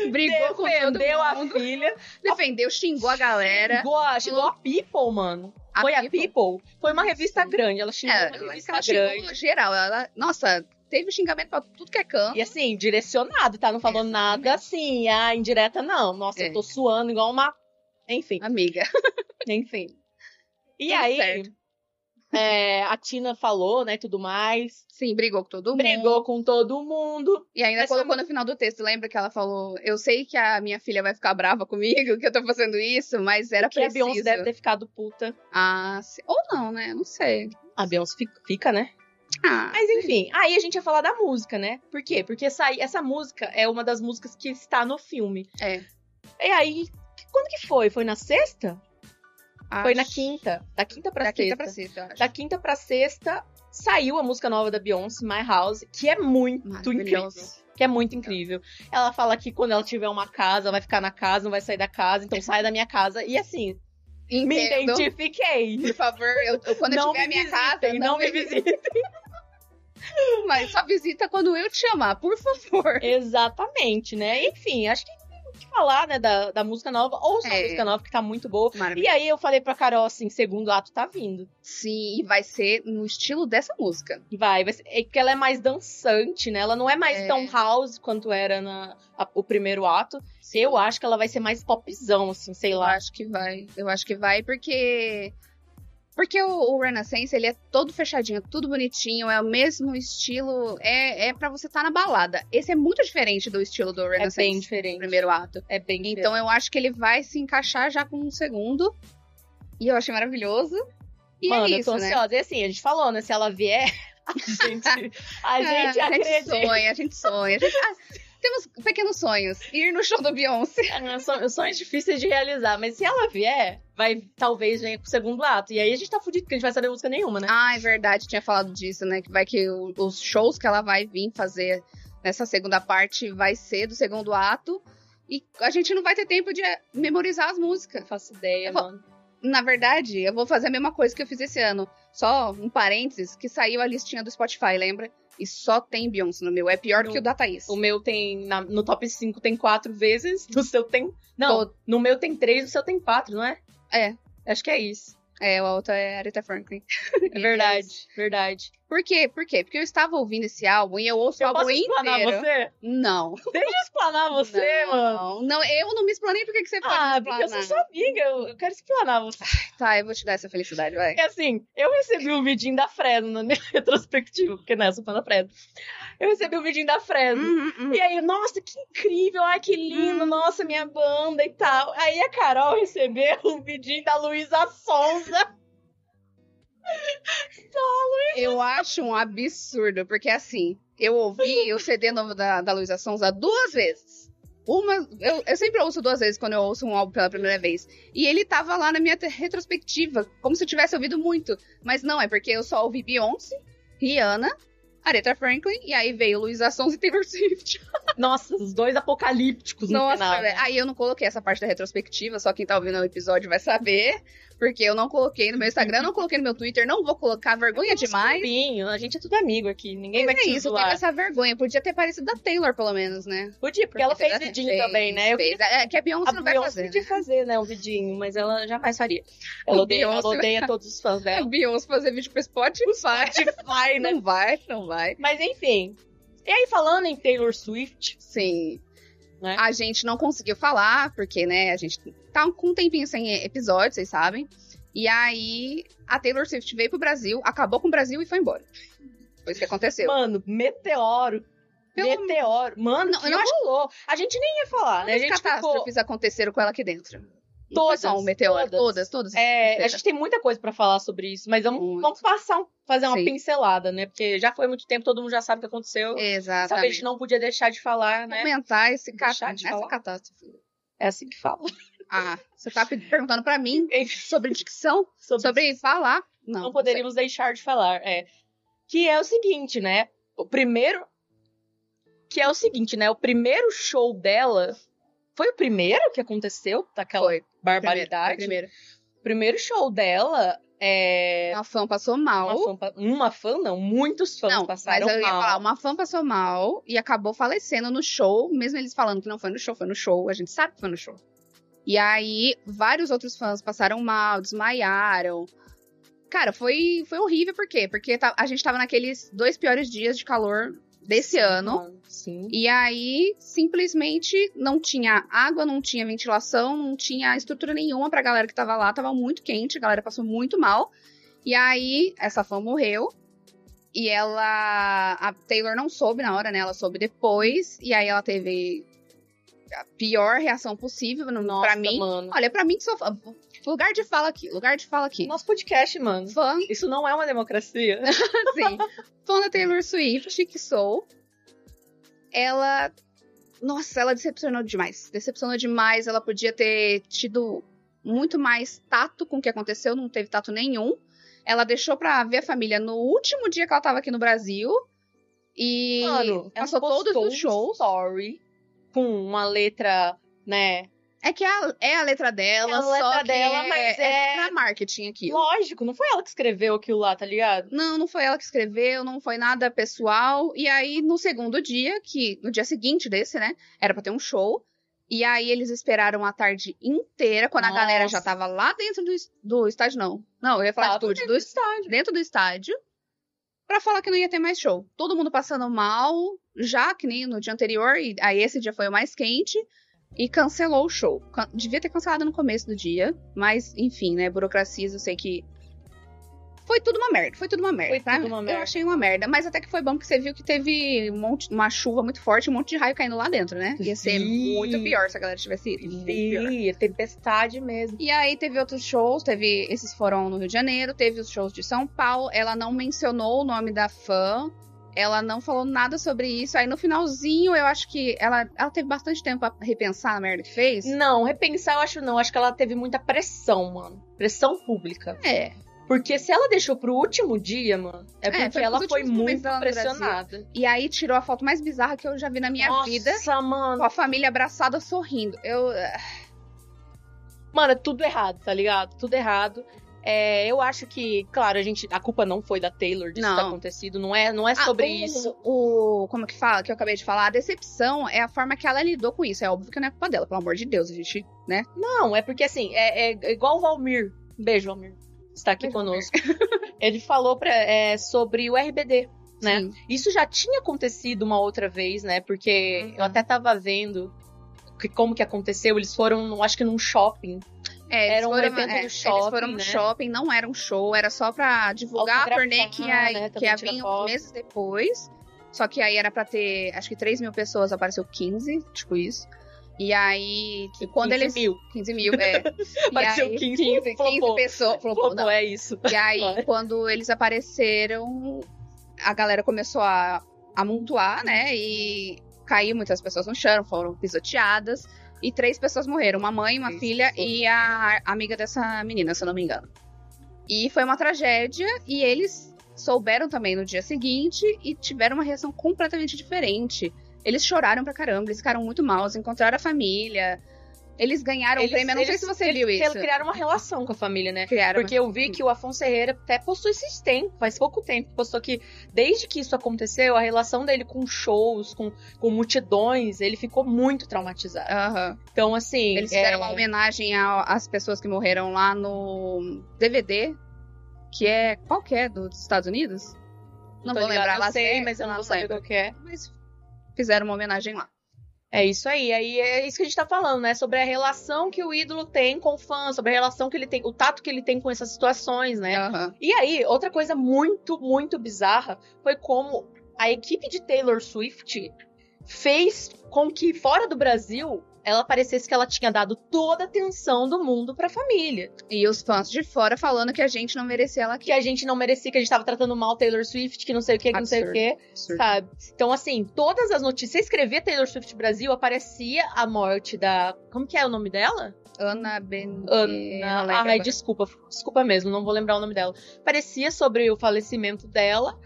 Speaker 2: é, brigou com todo
Speaker 3: Defendeu a
Speaker 2: mundo,
Speaker 3: filha.
Speaker 2: defendeu, xingou a galera.
Speaker 3: Chegou a, xingou a People, mano. Foi a
Speaker 2: um People-
Speaker 3: People. Foi uma revista grande. Ela xingou
Speaker 2: É,
Speaker 3: uma revista
Speaker 2: ela
Speaker 3: grande.
Speaker 2: xingou geral. Ela, nossa, teve xingamento pra tudo que é canto.
Speaker 3: E assim, direcionado, tá? Não falou
Speaker 2: Exatamente.
Speaker 3: nada assim, ah, indireta não. Nossa,
Speaker 2: É.
Speaker 3: eu tô suando igual uma. Enfim,
Speaker 2: Amiga. [LAUGHS]
Speaker 3: enfim. E
Speaker 2: Tudo
Speaker 3: aí,
Speaker 2: certo.
Speaker 3: é, a Tina falou, né, tudo mais.
Speaker 2: Sim, brigou com todo mundo.
Speaker 3: Brigou com todo mundo.
Speaker 2: E ainda
Speaker 3: Essa
Speaker 2: colocou
Speaker 3: é
Speaker 2: no final do texto, lembra que ela falou: Eu sei que a minha filha vai ficar brava comigo, que eu tô fazendo isso, mas era
Speaker 3: que a
Speaker 2: preciso.
Speaker 3: Beyoncé deve ter ficado puta.
Speaker 2: Ah, se- ou não, né? Não sei.
Speaker 3: A Beyoncé fi- fica, né?
Speaker 2: Ah,
Speaker 3: Mas enfim, aí a gente ia falar da música, né? Por quê? Porque essa, essa música é uma das músicas que está no filme.
Speaker 2: é.
Speaker 3: E aí, quando que foi? Foi na sexta? Foi na
Speaker 2: Acho-
Speaker 3: quinta. Da quinta pra
Speaker 2: Da
Speaker 3: sexta.
Speaker 2: quinta pra sexta, eu acho.
Speaker 3: Da quinta pra sexta saiu a música nova da Beyoncé, My House, que é muito incrível.
Speaker 2: Maravilhosa.
Speaker 3: Que é muito incrível. Ela fala que quando ela tiver uma casa, vai ficar na casa, não vai sair da casa, então sai da minha casa. E assim, me
Speaker 2: Entendo.
Speaker 3: identifiquei.
Speaker 2: Por favor, eu, eu- quando eu
Speaker 3: não
Speaker 2: tiver a
Speaker 3: me
Speaker 2: minha casa,
Speaker 3: visitem, não me visitem.
Speaker 2: Mas só visita quando eu te chamar, por favor.
Speaker 3: [LAUGHS] Exatamente, né? Enfim, acho que tem o que falar, né, da, da música nova. Ouça a
Speaker 2: É.
Speaker 3: música nova, que tá muito boa.
Speaker 2: Maravilhosa.
Speaker 3: E aí eu falei pra Carol assim, segundo ato tá vindo.
Speaker 2: Sim, e vai ser no estilo dessa música.
Speaker 3: Vai, vai ser- é que ela é mais dançante, né? Ela não é mais
Speaker 2: É.
Speaker 3: tão house quanto era na, a- o primeiro ato. Eu acho que ela vai ser mais popzão, assim, sei
Speaker 2: Eu
Speaker 3: lá.
Speaker 2: acho que vai. Eu acho que vai, porque. Porque o, o Renaissance, ele é todo fechadinho, tudo bonitinho, é o mesmo estilo. É, é para você estar na balada. Esse é muito diferente do estilo do
Speaker 3: É bem
Speaker 2: Renaissance,
Speaker 3: diferente.
Speaker 2: do primeiro ato.
Speaker 3: É bem diferente.
Speaker 2: Então eu acho que ele vai se encaixar já com o segundo. E eu achei maravilhoso. E
Speaker 3: Mano,
Speaker 2: é isso,
Speaker 3: eu tô
Speaker 2: né?
Speaker 3: ansiosa. E assim, a gente falou, né? Se
Speaker 2: [LAUGHS]
Speaker 3: ela vier, [LAUGHS] a gente, a
Speaker 2: É,
Speaker 3: gente acredita.
Speaker 2: sonha, a gente sonha. A gente- ah, temos pequenos sonhos. Ir no show do Beyoncé.
Speaker 3: Ah, son- Sonhos difíceis de realizar, mas se ela vier, vai talvez venha com o segundo ato. E aí a gente tá fudido, porque a gente vai saber música nenhuma, né?
Speaker 2: Ah, é verdade, tinha falado disso, né? Que vai que o- os shows que ela vai vir fazer nessa segunda parte vai ser do segundo ato. E a gente não vai ter tempo de eh, memorizar as músicas.
Speaker 3: Não faço ideia,
Speaker 2: Eu vou-
Speaker 3: mano.
Speaker 2: Na verdade, eu vou fazer a mesma coisa que eu fiz esse ano. Só um parênteses, que saiu a listinha do Spotify, lembra? E só tem Beyoncé no meu. É pior
Speaker 3: No-
Speaker 2: que o da Thaís.
Speaker 3: O meu tem. na- no top 5 tem quatro vezes, [LAUGHS] no seu tem. Não, no meu tem três, no seu tem quatro, não é?
Speaker 2: É.
Speaker 3: Acho que
Speaker 2: [LAUGHS]
Speaker 3: é isso.
Speaker 2: É, o outro é Aretha Franklin.
Speaker 3: É verdade, verdade.
Speaker 2: Por quê? Por quê? Porque eu estava ouvindo esse álbum e eu ouço o
Speaker 3: Eu
Speaker 2: álbum
Speaker 3: posso explanar
Speaker 2: inteiro.
Speaker 3: você?
Speaker 2: Não.
Speaker 3: Deixa eu explanar você,
Speaker 2: não,
Speaker 3: mano.
Speaker 2: Não, eu não me explanei porque que você pode
Speaker 3: Ah,
Speaker 2: me
Speaker 3: porque eu sou
Speaker 2: explanar.
Speaker 3: sua amiga, eu eu quero explanar você.
Speaker 2: Tá, eu vou te dar essa felicidade, vai.
Speaker 3: Porque assim, eu recebi um vidinho da Fresno na minha [LAUGHS] retrospectiva, porque não, eu sou fã da Fresno. Eu recebi um vidinho da Fresno. E aí, nossa, que incrível, ai que
Speaker 2: Hum.
Speaker 3: lindo, nossa, minha banda e tal. Aí a Carol recebeu [LAUGHS] um vidinho da Luísa Sonza.
Speaker 2: Eu acho um absurdo, porque assim, eu ouvi o CD novo da, da Luísa Sonza duas vezes. Uma, eu, eu sempre ouço duas vezes quando eu ouço um álbum pela primeira vez. E ele tava lá na minha te- retrospectiva, como se eu tivesse ouvido muito. Mas não, é porque eu só ouvi Beyoncé, Rihanna, Aretha Franklin, e aí veio Luísa Sonza e Taylor Swift.
Speaker 3: Nossa, os dois apocalípticos no
Speaker 2: Nossa,
Speaker 3: final.
Speaker 2: velho. aí eu não coloquei essa parte da retrospectiva, só quem tá ouvindo o episódio vai saber, porque eu não coloquei no meu Instagram, não coloquei no meu Twitter, não vou colocar, vergonha é demais.
Speaker 3: Pinho, um a gente é tudo amigo aqui, ninguém vai
Speaker 2: Mas é
Speaker 3: te
Speaker 2: isso, eu
Speaker 3: zoar.
Speaker 2: tenho essa vergonha. Podia ter parecido da Taylor, pelo menos, né?
Speaker 3: Podia, porque ela fez
Speaker 2: Taylor
Speaker 3: vidinho
Speaker 2: fez,
Speaker 3: também, né? Eu
Speaker 2: fez. É, que a Beyoncé
Speaker 3: a
Speaker 2: não vai
Speaker 3: Beyoncé
Speaker 2: fazer.
Speaker 3: podia fazer, né, um vidinho, mas ela jamais faria.
Speaker 2: O
Speaker 3: Ela odeia, ela
Speaker 2: Beyoncé-
Speaker 3: odeia todos os fãs
Speaker 2: A
Speaker 3: dela. [LAUGHS]
Speaker 2: Beyoncé fazer vídeo pro Spotify.
Speaker 3: Spotify, né?
Speaker 2: Não vai, não vai.
Speaker 3: Mas enfim. E aí, falando em Taylor Swift,
Speaker 2: Sim.
Speaker 3: Né?
Speaker 2: A gente não conseguiu falar, porque, né, a gente tá com um tempinho sem episódio, vocês sabem. E aí, a Taylor Swift veio pro Brasil, acabou com o Brasil e foi embora. Foi isso que aconteceu.
Speaker 3: mano, meteoro.
Speaker 2: Pelo-
Speaker 3: Meteoro. Mano,
Speaker 2: Não,
Speaker 3: não, que
Speaker 2: não
Speaker 3: rolou. A gente nem ia falar, né? A
Speaker 2: Quantas
Speaker 3: gente ficou.
Speaker 2: catástrofes aconteceram com ela aqui dentro? Não foi
Speaker 3: Todas.
Speaker 2: só um meteoro. Todas,
Speaker 3: todas.
Speaker 2: todas.
Speaker 3: [LAUGHS] É, a gente tem muita coisa pra falar sobre isso, mas vamos,
Speaker 2: Muito.
Speaker 3: vamos passar, um- fazer uma
Speaker 2: Sim.
Speaker 3: pincelada, né? Porque já foi muito tempo, todo mundo já sabe o que aconteceu. Sabe, a gente
Speaker 2: Exatamente.
Speaker 3: não podia deixar de falar, É, né?
Speaker 2: Comentar esse
Speaker 3: Deixar
Speaker 2: catá-
Speaker 3: de
Speaker 2: essa
Speaker 3: falar.
Speaker 2: catástrofe.
Speaker 3: É assim que [LAUGHS] fala.
Speaker 2: Ah, você tá pe- perguntando pra mim sobre dicção,
Speaker 3: Sobre,
Speaker 2: sobre falar. Não,
Speaker 3: não poderíamos deixar de falar. É. Que é o seguinte, né? O primeiro. Que é o seguinte, né? O primeiro show dela. Foi o primeiro que aconteceu daquela
Speaker 2: Foi.
Speaker 3: barbaridade?
Speaker 2: Primeiro.
Speaker 3: O primeiro show dela É,
Speaker 2: A fã passou mal.
Speaker 3: uma, fã, pa- uma fã não, muitos fãs
Speaker 2: não,
Speaker 3: passaram
Speaker 2: mas eu ia
Speaker 3: um mal.
Speaker 2: falar, uma fã passou mal e acabou falecendo no show, mesmo eles falando que não foi no show, foi no show, a gente sabe que foi no show. E aí, vários outros fãs passaram mal, desmaiaram. Cara, foi, foi horrível, por quê? Porque ta- a gente tava naqueles dois piores dias de calor desse ano.
Speaker 3: Ah, sim.
Speaker 2: E aí, simplesmente, não tinha água, não tinha ventilação, não tinha estrutura nenhuma pra galera que tava lá. Tava muito quente, a galera passou muito mal. E aí, essa fã morreu. E ela. A Taylor não soube na hora, né? Ela soube depois. E aí ela teve a pior reação possível no-
Speaker 3: Nossa,
Speaker 2: pra mim.
Speaker 3: mano.
Speaker 2: Olha, pra mim que sou fã. Lugar de fala aqui, lugar de fala aqui.
Speaker 3: Nosso podcast, mano.
Speaker 2: Fã
Speaker 3: Isso não é uma democracia.
Speaker 2: assim, fã da Taylor Swift, que sou, ela. Nossa, ela decepcionou demais. Decepcionou demais. Ela podia ter tido muito mais tato com o que aconteceu, não teve tato nenhum. Ela deixou pra ver a família no último dia que ela tava aqui no Brasil.
Speaker 3: [LAUGHS]
Speaker 2: E
Speaker 3: ela
Speaker 2: passou todos
Speaker 3: postou
Speaker 2: os
Speaker 3: um
Speaker 2: shows.
Speaker 3: story com uma letra, né?
Speaker 2: É que é a, é a letra dela,
Speaker 3: É a
Speaker 2: só
Speaker 3: letra
Speaker 2: que
Speaker 3: dela,
Speaker 2: é,
Speaker 3: mas é-
Speaker 2: pra marketing aqui.
Speaker 3: Lógico, não foi ela que escreveu aquilo lá, tá ligado?
Speaker 2: Não, não foi ela que escreveu, não foi nada pessoal. E aí, no segundo dia, que no dia seguinte desse, né? Era pra ter um show. E aí, eles esperaram a tarde inteira, quando a galera já
Speaker 3: Nossa.
Speaker 2: tava lá dentro do, es- do estádio, não. Não, eu ia falar
Speaker 3: Tava
Speaker 2: de estúdio,
Speaker 3: dentro
Speaker 2: do
Speaker 3: do
Speaker 2: estádio. Dentro do estádio, pra falar que não ia ter mais show. Todo mundo passando mal, já que nem no dia anterior, e aí esse dia foi o mais quente. E cancelou o show. Can- Devia ter cancelado no começo do dia, mas enfim, né? Burocracias, eu sei que. Foi tudo uma merda, foi tudo uma merda.
Speaker 3: Foi
Speaker 2: tá?
Speaker 3: tudo uma
Speaker 2: Eu
Speaker 3: merda.
Speaker 2: achei uma merda, mas até que foi bom que você viu que teve um monte- uma chuva muito forte, um monte de raio caindo lá dentro, né? Ia ser
Speaker 3: Sim.
Speaker 2: muito pior se a galera tivesse ido. muito pior.
Speaker 3: Sim, é tempestade mesmo.
Speaker 2: E aí teve outros shows, teve esses foram no Rio de Janeiro, teve os shows de São Paulo. Ela não mencionou o nome da fã, ela não falou nada sobre isso. Aí no finalzinho, eu acho que ela, ela teve bastante tempo pra repensar a merda que fez.
Speaker 3: Não, repensar eu acho não. Acho que ela teve muita pressão, mano. Pressão pública.
Speaker 2: É,
Speaker 3: Porque se ela deixou pro último dia, mano, é porque
Speaker 2: foi
Speaker 3: ela
Speaker 2: pros
Speaker 3: foi
Speaker 2: últimos momentos
Speaker 3: muito
Speaker 2: dela no Brasil.
Speaker 3: pressionada.
Speaker 2: E aí tirou a foto mais bizarra que eu já vi na minha
Speaker 3: Nossa,
Speaker 2: vida. Com
Speaker 3: mano.
Speaker 2: a família abraçada sorrindo. Eu.
Speaker 3: Mano, é tudo errado, tá ligado? Tudo errado. É, eu acho que, claro, a gente. A culpa não foi da Taylor disso
Speaker 2: Não.
Speaker 3: ter acontecido. Não é, não é sobre
Speaker 2: Ah, o-
Speaker 3: isso.
Speaker 2: O. Como que fala? Que eu acabei de falar. A decepção é a forma que ela lidou com isso. É óbvio que não é culpa dela, pelo amor de Deus, a gente, né?
Speaker 3: Não, é porque assim, é, é igual o Valmir. Um Beijo, Valmir. Está aqui
Speaker 2: Beijo,
Speaker 3: conosco. [LAUGHS] Ele falou pra, é, sobre o RBD. Né?
Speaker 2: Sim.
Speaker 3: Isso já tinha acontecido uma outra vez, né? Porque
Speaker 2: Uhum.
Speaker 3: eu até tava vendo que, como que aconteceu. Eles foram, acho que num shopping.
Speaker 2: É, eles
Speaker 3: Era um
Speaker 2: foram,
Speaker 3: evento
Speaker 2: é,
Speaker 3: no
Speaker 2: Eles
Speaker 3: shopping,
Speaker 2: foram no
Speaker 3: né?
Speaker 2: shopping, não era um show, era só pra divulgar a
Speaker 3: Autografar,
Speaker 2: turnê que ia,
Speaker 3: né,
Speaker 2: que
Speaker 3: também
Speaker 2: ia
Speaker 3: tirar
Speaker 2: vir uns
Speaker 3: foto.
Speaker 2: meses depois. Só que aí era pra ter, acho que 3 mil pessoas, apareceu 15, tipo isso. E aí, que quando
Speaker 3: 15
Speaker 2: eles.
Speaker 3: mil.
Speaker 2: 15 mil,
Speaker 3: [LAUGHS]
Speaker 2: é. E
Speaker 3: Apareceu
Speaker 2: aí,
Speaker 3: 15,
Speaker 2: 15, 15
Speaker 3: [LAUGHS] flopou.
Speaker 2: pessoas. Flopou, não.
Speaker 3: Pô, é isso.
Speaker 2: E aí,
Speaker 3: Claro.
Speaker 2: quando eles apareceram, a galera começou a amontoar, né? E caiu muitas pessoas no chão, foram pisoteadas. E três pessoas morreram: uma mãe, uma
Speaker 3: Três
Speaker 2: filha
Speaker 3: pessoas.
Speaker 2: e a amiga dessa menina, se eu não me engano. E foi uma tragédia, e eles souberam também no dia seguinte e tiveram uma reação completamente diferente. Eles choraram pra caramba, eles ficaram muito maus, encontraram a família. Eles ganharam o
Speaker 3: Eles-
Speaker 2: prêmio, eu um não sei
Speaker 3: eles-
Speaker 2: se você
Speaker 3: eles
Speaker 2: viu isso.
Speaker 3: criaram uma relação com a família, né?
Speaker 2: Criaram.
Speaker 3: Porque eu vi que o Afonso Herrera até postou esses tempos, faz pouco tempo, postou que desde que isso aconteceu, a relação dele com shows, com, com multidões, ele ficou muito traumatizado.
Speaker 2: Aham.
Speaker 3: Então, assim.
Speaker 2: Eles fizeram
Speaker 3: é,
Speaker 2: uma homenagem ao- às pessoas que morreram lá no DVD, que é qual que é dos Estados Unidos? Não
Speaker 3: tô
Speaker 2: vou
Speaker 3: ligada,
Speaker 2: lembrar
Speaker 3: eu
Speaker 2: lá
Speaker 3: sei,
Speaker 2: certo,
Speaker 3: mas eu não vou saber
Speaker 2: lembro.
Speaker 3: qual que é.
Speaker 2: Mas fizeram uma homenagem lá.
Speaker 3: É isso aí. Aí é isso que a gente tá falando, né? Sobre a relação que o ídolo tem com o fã, sobre a relação que ele tem, o tato que ele tem com essas situações, né?
Speaker 2: Aham.
Speaker 3: E aí, outra coisa muito, muito bizarra foi como a equipe de Taylor Swift fez com que fora do Brasil ela parecesse que ela tinha dado toda a atenção do mundo pra família.
Speaker 2: E os fãs de fora falando que a gente não merecia ela aqui.
Speaker 3: Que a gente não merecia, que a gente tava tratando mal Taylor Swift, que não sei o que, que não sei o
Speaker 2: Absurdo.
Speaker 3: que.
Speaker 2: Absurdo.
Speaker 3: sabe? Então, assim, todas as notícias. Você escrevia Taylor Swift Brasil, aparecia a morte da. Como que é o nome dela?
Speaker 2: Ana Ben.
Speaker 3: Ana.
Speaker 2: Alegra.
Speaker 3: Ah, Ai, desculpa, desculpa mesmo, não vou lembrar o nome dela. Parecia sobre o falecimento dela,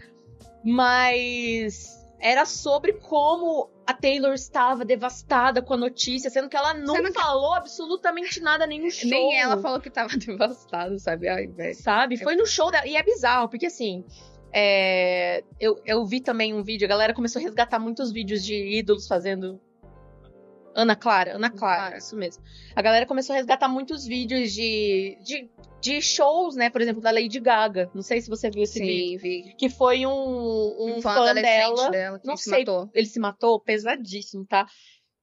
Speaker 3: mas era sobre como a Taylor estava devastada com a notícia, sendo que ela não
Speaker 2: Sendo que-
Speaker 3: falou absolutamente nada, nem no show.
Speaker 2: Nem ela falou que tava [LAUGHS] devastada, sabe? Ai, velho.
Speaker 3: Sabe? Foi no show dela. E é bizarro, porque assim. é, eu, eu vi também um vídeo, a galera começou a resgatar muitos vídeos de ídolos fazendo. Ana Clara, Ana Clara,
Speaker 2: Clara.
Speaker 3: isso mesmo. A galera começou a resgatar muitos vídeos de, de, de shows, né? Por exemplo, da Lady Gaga. Não sei se você viu esse vídeo.
Speaker 2: Sim, vi.
Speaker 3: Que foi um, um
Speaker 2: Foi um
Speaker 3: fã
Speaker 2: adolescente
Speaker 3: dela
Speaker 2: que
Speaker 3: não
Speaker 2: se
Speaker 3: sei.
Speaker 2: matou.
Speaker 3: ele se matou, pesadíssimo, tá?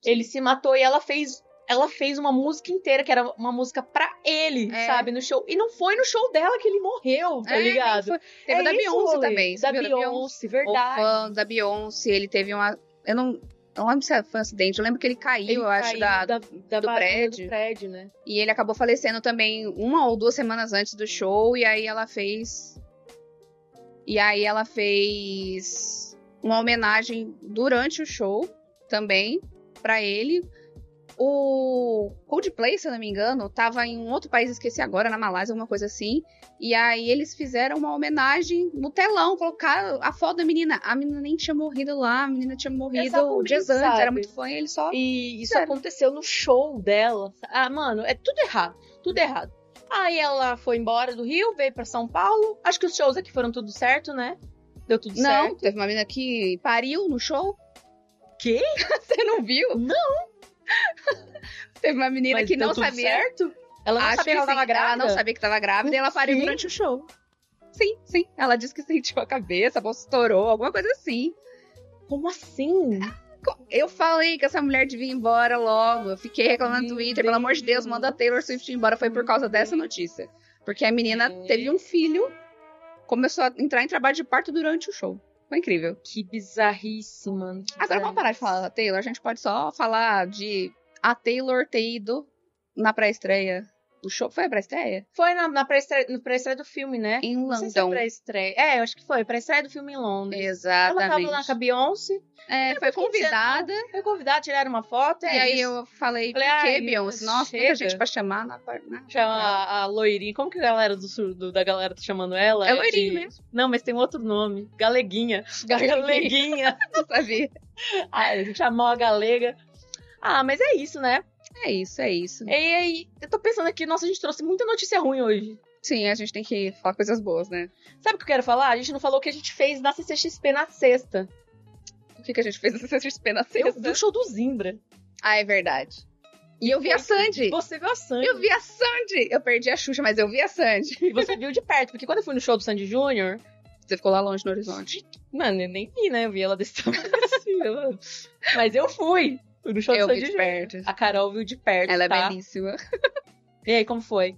Speaker 3: Ele se matou e ela fez, ela fez uma música inteira que era uma música pra ele,
Speaker 2: É.
Speaker 3: sabe, no show. E não foi no show dela que ele morreu, tá
Speaker 2: É, nem
Speaker 3: ligado?
Speaker 2: foi. Teve
Speaker 3: É
Speaker 2: a da
Speaker 3: isso,
Speaker 2: Beyoncé
Speaker 3: rolê.
Speaker 2: também. você
Speaker 3: Da
Speaker 2: viu?
Speaker 3: Beyoncé,
Speaker 2: O
Speaker 3: verdade.
Speaker 2: fã da Beyoncé, ele teve uma. Eu não, não lembro se foi um acidente. Eu lembro que ele caiu,
Speaker 3: Ele
Speaker 2: eu acho,
Speaker 3: caiu
Speaker 2: da,
Speaker 3: da
Speaker 2: do
Speaker 3: varanda
Speaker 2: prédio.
Speaker 3: do prédio, né?
Speaker 2: E ele acabou falecendo também uma ou duas semanas antes do show. E aí ela fez. E aí ela fez uma homenagem durante o show também pra ele. O Coldplay, se eu não me engano, tava em um outro país, esqueci agora, na Malásia, alguma coisa assim. E aí eles fizeram uma homenagem no telão, colocaram a foto da menina. A menina nem tinha morrido lá, a menina tinha morrido
Speaker 3: Essa
Speaker 2: dias
Speaker 3: mulher,
Speaker 2: antes,
Speaker 3: sabe?
Speaker 2: era muito fã, e ele só.
Speaker 3: E isso
Speaker 2: Sério.
Speaker 3: aconteceu no show dela. Ah, mano, é tudo errado. Tudo errado. Aí ela foi embora do Rio, veio pra São Paulo. Acho que os shows aqui foram tudo certo, né? Deu tudo
Speaker 2: Não,
Speaker 3: certo.
Speaker 2: teve uma menina que pariu no show.
Speaker 3: Que?
Speaker 2: Você não viu? Não! [LAUGHS] Teve uma menina
Speaker 3: Mas
Speaker 2: que
Speaker 3: deu
Speaker 2: não
Speaker 3: tudo
Speaker 2: sabia.
Speaker 3: Certo? Ela não
Speaker 2: Acho
Speaker 3: sabia que ela
Speaker 2: sim,
Speaker 3: tava grávida.
Speaker 2: Ela não sabia que tava grávida e ela pariu
Speaker 3: Sim.
Speaker 2: durante o show. Sim, sim. Ela disse que sentiu a cabeça, a bolsa estourou, alguma coisa assim.
Speaker 3: Como assim?
Speaker 2: Co- Eu falei que essa mulher devia ir embora logo. Eu fiquei reclamando no
Speaker 3: Meu Uhum.
Speaker 2: Twitter. Pelo amor de Deus,
Speaker 3: Deus.
Speaker 2: manda a Taylor Swift embora. Foi por causa dessa notícia. Porque a menina
Speaker 3: Gente.
Speaker 2: teve um filho, começou a entrar em trabalho de parto durante o show. Foi incrível.
Speaker 3: Que bizarrice, mano. Que
Speaker 2: Agora vamos parar de falar da Taylor. A gente pode só falar de a Taylor ter ido na pré-estreia. O show foi a pré-estreia?
Speaker 3: Foi na, na pré-estreia no pré-estreia do filme, né?
Speaker 2: Em
Speaker 3: Não sei se é
Speaker 2: London.
Speaker 3: pré-estreia. É, eu acho que foi. Pré-estreia do filme em Londres. Ela tava
Speaker 2: Exatamente.
Speaker 3: lá com a Beyoncé.
Speaker 2: É, foi
Speaker 3: por que que você
Speaker 2: convidada.
Speaker 3: Foi convidada, tiraram uma foto.
Speaker 2: E
Speaker 3: é
Speaker 2: aí
Speaker 3: isso.
Speaker 2: eu falei, por
Speaker 3: Falei, ai,
Speaker 2: que, Beyoncé? Nossa,
Speaker 3: chega.
Speaker 2: muita gente pra chamar na parte. na-
Speaker 3: Chama a, a loirinha. Como que a galera do sul do- da galera tá chamando ela?
Speaker 2: É loirinha
Speaker 3: de-
Speaker 2: mesmo.
Speaker 3: Não, mas tem um outro nome. Galeguinha. Galeguinha.
Speaker 2: [LAUGHS]
Speaker 3: [LAUGHS]
Speaker 2: Não sabia.
Speaker 3: Ai, chamou a galega. Ah, mas é isso, né?
Speaker 2: É isso, é isso.
Speaker 3: E aí, eu tô pensando aqui, nossa, a gente trouxe muita notícia ruim hoje.
Speaker 2: Sim, a gente tem que falar coisas boas, né?
Speaker 3: Sabe o que eu quero falar? A gente não falou o que a gente fez na CCXP na sexta.
Speaker 2: O que, que a gente fez nessa [LAUGHS] XP na
Speaker 3: Eu vi
Speaker 2: sexta?
Speaker 3: o show do Zimbra.
Speaker 2: Ah, é verdade. E eu vi a Sandy.
Speaker 3: Você viu a Sandy.
Speaker 2: Eu vi a Sandy. Eu perdi a Xuxa, mas eu vi a Sandy.
Speaker 3: E você viu de perto, porque quando eu fui no show do Sandy Júnior,
Speaker 2: Você ficou lá longe no horizonte.
Speaker 3: mano, eu nem vi, né? Eu vi ela desse [LAUGHS] tamanho assim. eu- Mas eu fui. Fui no show
Speaker 2: Eu
Speaker 3: do
Speaker 2: vi de
Speaker 3: Sandy Júnior.
Speaker 2: perto.
Speaker 3: A Carol viu de perto.
Speaker 2: Ela é
Speaker 3: tá?
Speaker 2: belíssima.
Speaker 3: E aí, como foi?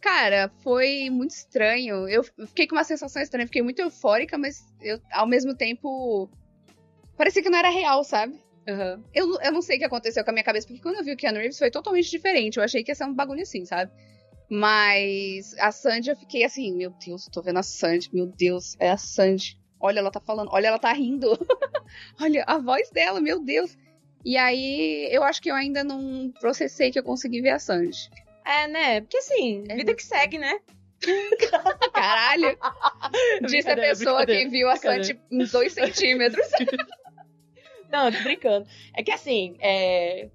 Speaker 2: Cara, foi muito estranho. Eu fiquei com uma sensação estranha, fiquei muito eufórica, mas eu, ao mesmo tempo. Parecia que não era real, sabe?
Speaker 3: Aham.
Speaker 2: Eu, eu não sei o que aconteceu com a minha cabeça, porque quando eu vi o Keanu Reeves foi totalmente diferente. Eu achei que ia ser um bagulho assim, sabe? Mas a Sandy, eu fiquei assim, meu Deus, tô vendo a Sandy, meu Deus, é a Sandy. Olha, ela tá falando, olha, ela tá rindo. [LAUGHS] olha a voz dela, meu Deus. E aí, eu acho que eu ainda não processei que eu consegui ver a Sandy.
Speaker 3: É, né? Porque assim,
Speaker 2: É
Speaker 3: vida que
Speaker 2: [LAUGHS]
Speaker 3: segue, né?
Speaker 2: Caralho! Disse a
Speaker 3: É Brincadeira,
Speaker 2: pessoa que é
Speaker 3: brincadeira,
Speaker 2: viu a
Speaker 3: brincadeira.
Speaker 2: Sandy em 2 centímetros.
Speaker 3: Não, eu tô brincando. É que assim, é.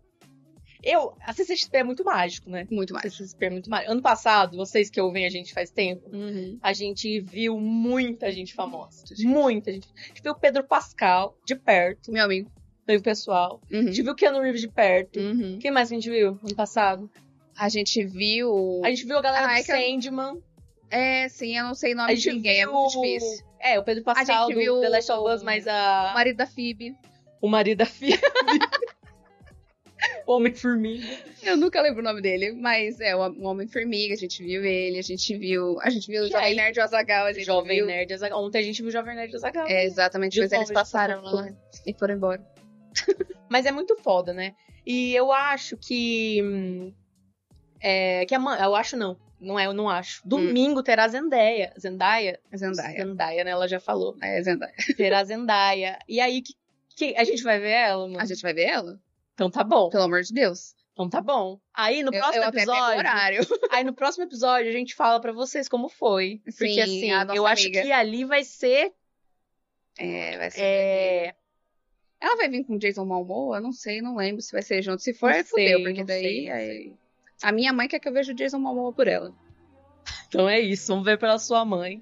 Speaker 3: Eu. A CCXP é [LAUGHS] muito mágico, né?
Speaker 2: Muito mais.
Speaker 3: CCXP é muito mágico. Ano passado, vocês que ouvem a gente faz tempo, a gente viu muita gente famosa. Muita gente. A gente viu o Pedro Pascal de perto,
Speaker 2: Meu amigo. Uhum.
Speaker 3: veio o pessoal. A gente viu o Keanu Reeves de perto. Quem mais que a gente viu ano passado?
Speaker 2: A gente viu.
Speaker 3: A gente viu a galera
Speaker 2: Ah,
Speaker 3: do
Speaker 2: é que eu-
Speaker 3: Sandman.
Speaker 2: É, sim, eu não sei o
Speaker 3: A
Speaker 2: nome de
Speaker 3: gente
Speaker 2: ninguém, é
Speaker 3: viu...
Speaker 2: muito difícil.
Speaker 3: É, o Pedro Pascal do
Speaker 2: viu
Speaker 3: The Last of Us,
Speaker 2: o-
Speaker 3: mas
Speaker 2: O
Speaker 3: a...
Speaker 2: marido da Phoebe.
Speaker 3: o marido
Speaker 2: [LAUGHS]
Speaker 3: da filha. Homem-Formiga.
Speaker 2: Eu nunca lembro o nome dele, mas é o o Homem-Formiga, a gente viu ele, a gente viu. A gente viu o
Speaker 3: E
Speaker 2: Jovem
Speaker 3: aí?
Speaker 2: Nerd e o Azagal, a gente
Speaker 3: Jovem
Speaker 2: viu.
Speaker 3: Nerd Azaghal. Ontem a gente viu o Jovem Nerd Azaghal.
Speaker 2: É, exatamente,
Speaker 3: Viu
Speaker 2: depois eles
Speaker 3: como eles
Speaker 2: passaram
Speaker 3: passaram
Speaker 2: lá e foram embora.
Speaker 3: Mas é muito foda, né? E eu acho que. hum, É, que amanhã. Eu acho não. Não é, eu não acho. Domingo terá Zendaya. Zendaya?
Speaker 2: Hum. Zendaya.
Speaker 3: né? Ela já falou.
Speaker 2: É, Zendaya.
Speaker 3: Terá Zendaya. E aí, que, que- a gente vai ver ela, mano?
Speaker 2: A gente vai ver ela?
Speaker 3: Então tá bom.
Speaker 2: Pelo amor de Deus.
Speaker 3: Então tá bom. Aí no
Speaker 2: Eu-
Speaker 3: próximo
Speaker 2: eu até pego o
Speaker 3: episódio.
Speaker 2: horário.
Speaker 3: [LAUGHS] Aí no próximo episódio a gente fala pra vocês como foi. Porque
Speaker 2: Sim,
Speaker 3: assim,
Speaker 2: a nossa
Speaker 3: eu acho
Speaker 2: amiga.
Speaker 3: que ali vai ser.
Speaker 2: É, vai ser.
Speaker 3: é,
Speaker 2: Ela vai vir com o Jason Momoa? Não sei, não lembro se vai ser junto. Se for,
Speaker 3: Não
Speaker 2: é
Speaker 3: sei,
Speaker 2: fudeu, porque
Speaker 3: não
Speaker 2: daí...
Speaker 3: sei, não
Speaker 2: aí-
Speaker 3: sei.
Speaker 2: A minha mãe quer que eu veja o Jason Momoa por ela.
Speaker 3: Então é isso, vamos ver pela sua mãe.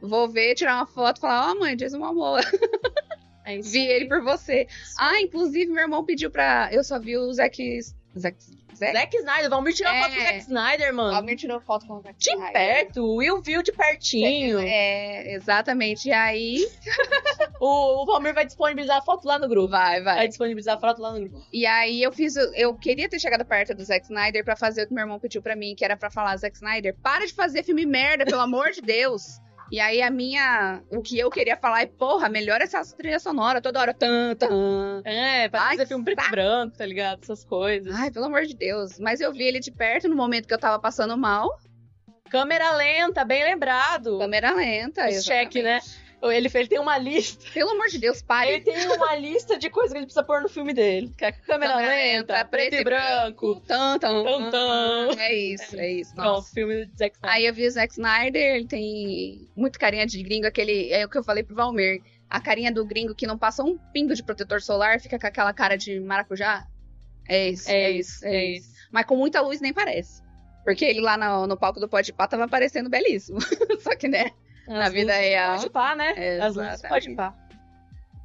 Speaker 2: Vou ver, tirar uma foto e falar, ó mãe, Jason Momoa, [LAUGHS]
Speaker 3: É isso.
Speaker 2: vi ele por você. Ah, inclusive meu irmão pediu pra... Eu só vi o Zack... Zack... Zack?
Speaker 3: Zack Snyder, vamos tirar
Speaker 2: É.
Speaker 3: foto do Zack Snyder, mano.
Speaker 2: Alguém tirou foto com o Zack
Speaker 3: de
Speaker 2: Snyder.
Speaker 3: perto, o Will viu de pertinho.
Speaker 2: É, exatamente. E aí,
Speaker 3: O, o Valmir vai disponibilizar a foto lá no grupo.
Speaker 2: vai, vai.
Speaker 3: Vai disponibilizar a foto lá no grupo.
Speaker 2: E aí eu fiz. o- Eu queria ter chegado perto do Zack Snyder pra fazer o que meu irmão pediu pra mim, que era pra falar, Zack Snyder, para de fazer filme merda, pelo amor de Deus. E aí a minha. O que eu queria falar é, porra, melhora essa trilha sonora toda hora. Tan, tan.
Speaker 3: É, pra
Speaker 2: Ai,
Speaker 3: fazer filme preto e
Speaker 2: saco.
Speaker 3: branco, tá ligado? Essas coisas.
Speaker 2: Ai, pelo amor de Deus. Mas eu vi ele de perto no momento que eu tava passando mal.
Speaker 3: Câmera lenta, bem lembrado.
Speaker 2: Câmera lenta.
Speaker 3: Os cheque, né? Ele, ele tem uma lista.
Speaker 2: Pelo amor de Deus, pare.
Speaker 3: Ele tem
Speaker 2: [LAUGHS]
Speaker 3: uma lista de coisas que ele precisa pôr no filme dele. Que é câmera
Speaker 2: Câmera
Speaker 3: lenta,
Speaker 2: lenta,
Speaker 3: preto e branco.
Speaker 2: Tan, tan.
Speaker 3: Tan, tan.
Speaker 2: É isso, é isso.
Speaker 3: Pronto,
Speaker 2: Nossa.
Speaker 3: filme do Zack Snyder.
Speaker 2: Aí eu vi o Zack Snyder, ele tem muito carinha de gringo, aquele. É o que eu falei pro Valmer. A carinha do gringo que não passa um pingo de protetor solar, fica com aquela cara de maracujá. É isso, é, isso, é, isso. Mas com muita luz nem parece. Porque ele lá no, no palco do Pode Pá tava parecendo belíssimo. [LAUGHS] Só que, né? Na
Speaker 3: As
Speaker 2: vida
Speaker 3: luzes
Speaker 2: real.
Speaker 3: Pode pá, né? As luzes
Speaker 2: Exatamente.
Speaker 3: pode pá.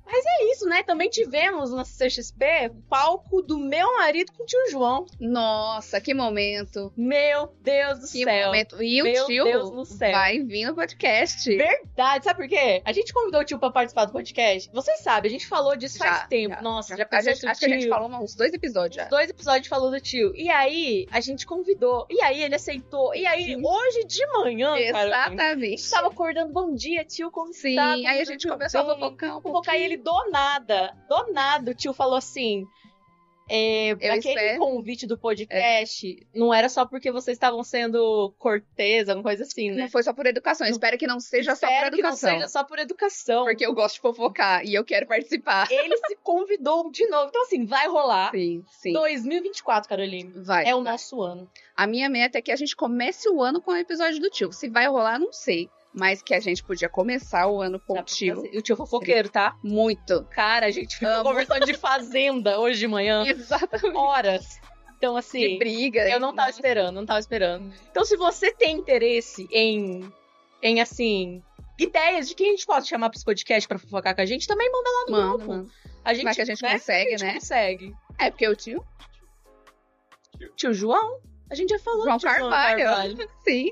Speaker 3: Mas é isso, né? Também tivemos na CXP o palco do meu marido com o tio João.
Speaker 2: Nossa, que momento.
Speaker 3: Meu Deus do
Speaker 2: Que
Speaker 3: céu.
Speaker 2: momento. E o
Speaker 3: Meu
Speaker 2: tio
Speaker 3: Deus do céu.
Speaker 2: vai vir no podcast.
Speaker 3: Verdade, sabe por quê? A gente convidou o tio pra participar do podcast. Vocês sabem, a gente falou disso faz
Speaker 2: Já,
Speaker 3: tempo.
Speaker 2: já,
Speaker 3: Nossa, já,
Speaker 2: a
Speaker 3: pensou se
Speaker 2: gente,
Speaker 3: o
Speaker 2: acho que a gente
Speaker 3: tio-
Speaker 2: falou uns dois episódios já.
Speaker 3: Os dois episódios falou do tio. E aí, a gente convidou. E aí, ele aceitou. E aí,
Speaker 2: Sim.
Speaker 3: hoje de manhã, cara, a
Speaker 2: Exatamente.
Speaker 3: gente tava acordando. Bom dia, tio, como
Speaker 2: Sim,
Speaker 3: está?
Speaker 2: aí a gente começou a
Speaker 3: fofocar.
Speaker 2: fofocar um
Speaker 3: Fofocar e
Speaker 2: pouquinho.
Speaker 3: ele do nada, do nada, o tio falou assim... É, aquele
Speaker 2: espero.
Speaker 3: convite do podcast não era só porque vocês estavam sendo cortês, alguma coisa assim, né?
Speaker 2: Não foi só por educação. eu Espero que não seja só por
Speaker 3: Espero que não
Speaker 2: educação.
Speaker 3: seja só por educação.
Speaker 2: Porque eu gosto de fofocar e eu quero participar.
Speaker 3: ele se convidou de novo. Então, assim, vai rolar.
Speaker 2: Sim, sim.
Speaker 3: 2024, Caroline.
Speaker 2: Vai.
Speaker 3: É o
Speaker 2: vai.
Speaker 3: nosso ano.
Speaker 2: A minha meta é que a gente comece o ano com o episódio do tio. Se vai rolar, não sei. Mas que a gente podia começar o ano com
Speaker 3: Dá
Speaker 2: o
Speaker 3: pra
Speaker 2: tio.
Speaker 3: fazer. O tio fofoqueiro, tá?
Speaker 2: Muito.
Speaker 3: Cara, a gente ficou
Speaker 2: Amo.
Speaker 3: conversando de fazenda hoje
Speaker 2: [LAUGHS]
Speaker 3: de manhã.
Speaker 2: Exatamente.
Speaker 3: Horas. Então,
Speaker 2: De
Speaker 3: assim,
Speaker 2: briga.
Speaker 3: eu não tava
Speaker 2: Nossa.
Speaker 3: esperando, não tava esperando. Então, se você tem interesse em, em assim, ideias de quem a gente pode chamar pra esse podcast pra fofocar com a gente, também manda lá no
Speaker 2: Mano,
Speaker 3: grupo.
Speaker 2: mano.
Speaker 3: A gente,
Speaker 2: Vai é que a gente
Speaker 3: né? A
Speaker 2: consegue,
Speaker 3: gente
Speaker 2: né?
Speaker 3: consegue.
Speaker 2: É porque o tio.
Speaker 3: Tio João? A gente já falou
Speaker 2: João
Speaker 3: do tio
Speaker 2: Carvalho. Sim.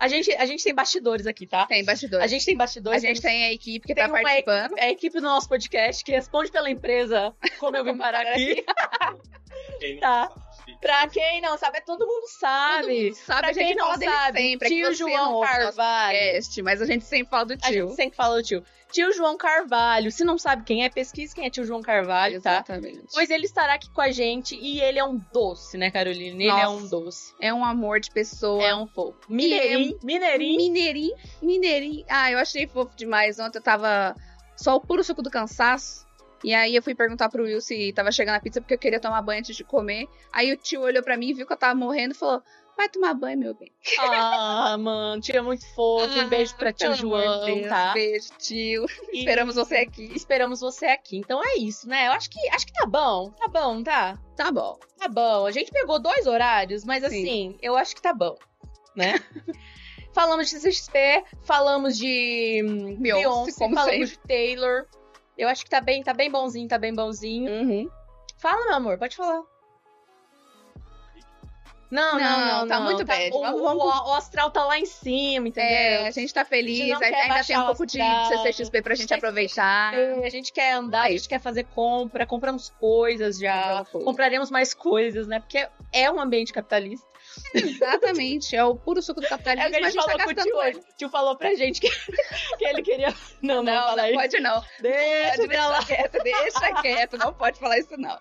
Speaker 3: A gente, a gente tem bastidores aqui, tá?
Speaker 2: Tem bastidores.
Speaker 3: A gente tem
Speaker 2: A
Speaker 3: bastidores.
Speaker 2: gente tem a equipe que
Speaker 3: tem
Speaker 2: tá
Speaker 3: uma equipe-
Speaker 2: participando.
Speaker 3: É a equipe do nosso podcast que responde pela empresa
Speaker 2: [LAUGHS]
Speaker 3: como eu vim parar aqui. Tá. pra quem não sabe, é todo mundo sabe.
Speaker 2: Todo mundo sabe,
Speaker 3: pra
Speaker 2: a gente
Speaker 3: quem não
Speaker 2: fala dele
Speaker 3: sabe,
Speaker 2: sempre, é que
Speaker 3: tio
Speaker 2: você não
Speaker 3: João
Speaker 2: ouve nosso
Speaker 3: Carvalho.
Speaker 2: podcast, mas a gente sempre fala do
Speaker 3: A
Speaker 2: tio.
Speaker 3: gente sempre fala o tio. Tio João Carvalho. Se não sabe quem é, pesquise quem é tio João Carvalho, tá?
Speaker 2: Exatamente.
Speaker 3: Pois ele estará aqui com a gente e ele é um doce, né, Carolina? Ele
Speaker 2: Nossa.
Speaker 3: é um doce.
Speaker 2: É um amor de pessoa.
Speaker 3: É um
Speaker 2: fofo.
Speaker 3: Mineirinho. Mineirinho.
Speaker 2: um Mineirinho. Mineirinho. Ah, eu achei fofo demais. Ontem eu tava só o puro suco do cansaço. E aí eu fui perguntar pro Will se tava chegando a pizza porque eu queria tomar banho antes de comer. Aí o tio olhou pra mim, viu que eu tava morrendo e falou: Vai tomar banho, meu bem.
Speaker 3: Ah, mano, tio é muito fofo.
Speaker 2: Ah,
Speaker 3: Um beijo pra tio
Speaker 2: Pelo amor
Speaker 3: João,
Speaker 2: de Deus,
Speaker 3: tá?
Speaker 2: Beijo, tio.
Speaker 3: E-
Speaker 2: Esperamos você aqui.
Speaker 3: Esperamos você aqui. Então é isso, né? Eu acho que acho que tá bom. Tá bom, tá?
Speaker 2: Tá bom.
Speaker 3: Tá bom. A gente pegou dois horários, mas
Speaker 2: Sim.
Speaker 3: assim, eu acho que tá bom, né? [LAUGHS] falamos de CXP, falamos de hum,
Speaker 2: Beyoncé, como
Speaker 3: falamos
Speaker 2: sempre.
Speaker 3: de Taylor. Eu acho que tá bem, tá bem bonzinho, tá bem bonzinho.
Speaker 2: Uhum.
Speaker 3: Fala, meu amor, pode falar. Não, não, não,
Speaker 2: Não, tá muito bad.
Speaker 3: O,
Speaker 2: Vamos-
Speaker 3: o-
Speaker 2: vamos-
Speaker 3: o astral tá lá em cima, entendeu?
Speaker 2: É, a gente tá
Speaker 3: A
Speaker 2: feliz,
Speaker 3: gente não
Speaker 2: aí
Speaker 3: quer
Speaker 2: ainda tem
Speaker 3: baixar
Speaker 2: um pouco
Speaker 3: o
Speaker 2: de
Speaker 3: astral.
Speaker 2: CCXP pra gente aproveitar.
Speaker 3: É, A gente quer andar, a gente quer fazer compra, compramos coisas já,
Speaker 2: Compramos coisas.
Speaker 3: compraremos mais coisas, né? Porque é um ambiente capitalista.
Speaker 2: Exatamente, é o puro suco do
Speaker 3: É o
Speaker 2: capitalismo,
Speaker 3: que a
Speaker 2: mas
Speaker 3: gente falou
Speaker 2: tá
Speaker 3: com o tio
Speaker 2: gastando
Speaker 3: hoje.
Speaker 2: mais.
Speaker 3: O tio falou pra gente que, [LAUGHS] que ele queria. Não, não,
Speaker 2: Não,
Speaker 3: fala
Speaker 2: não
Speaker 3: isso.
Speaker 2: pode É, não.
Speaker 3: Deixa
Speaker 2: Pode
Speaker 3: pra lá.
Speaker 2: deixar quieto, deixa quieto, não pode falar isso não.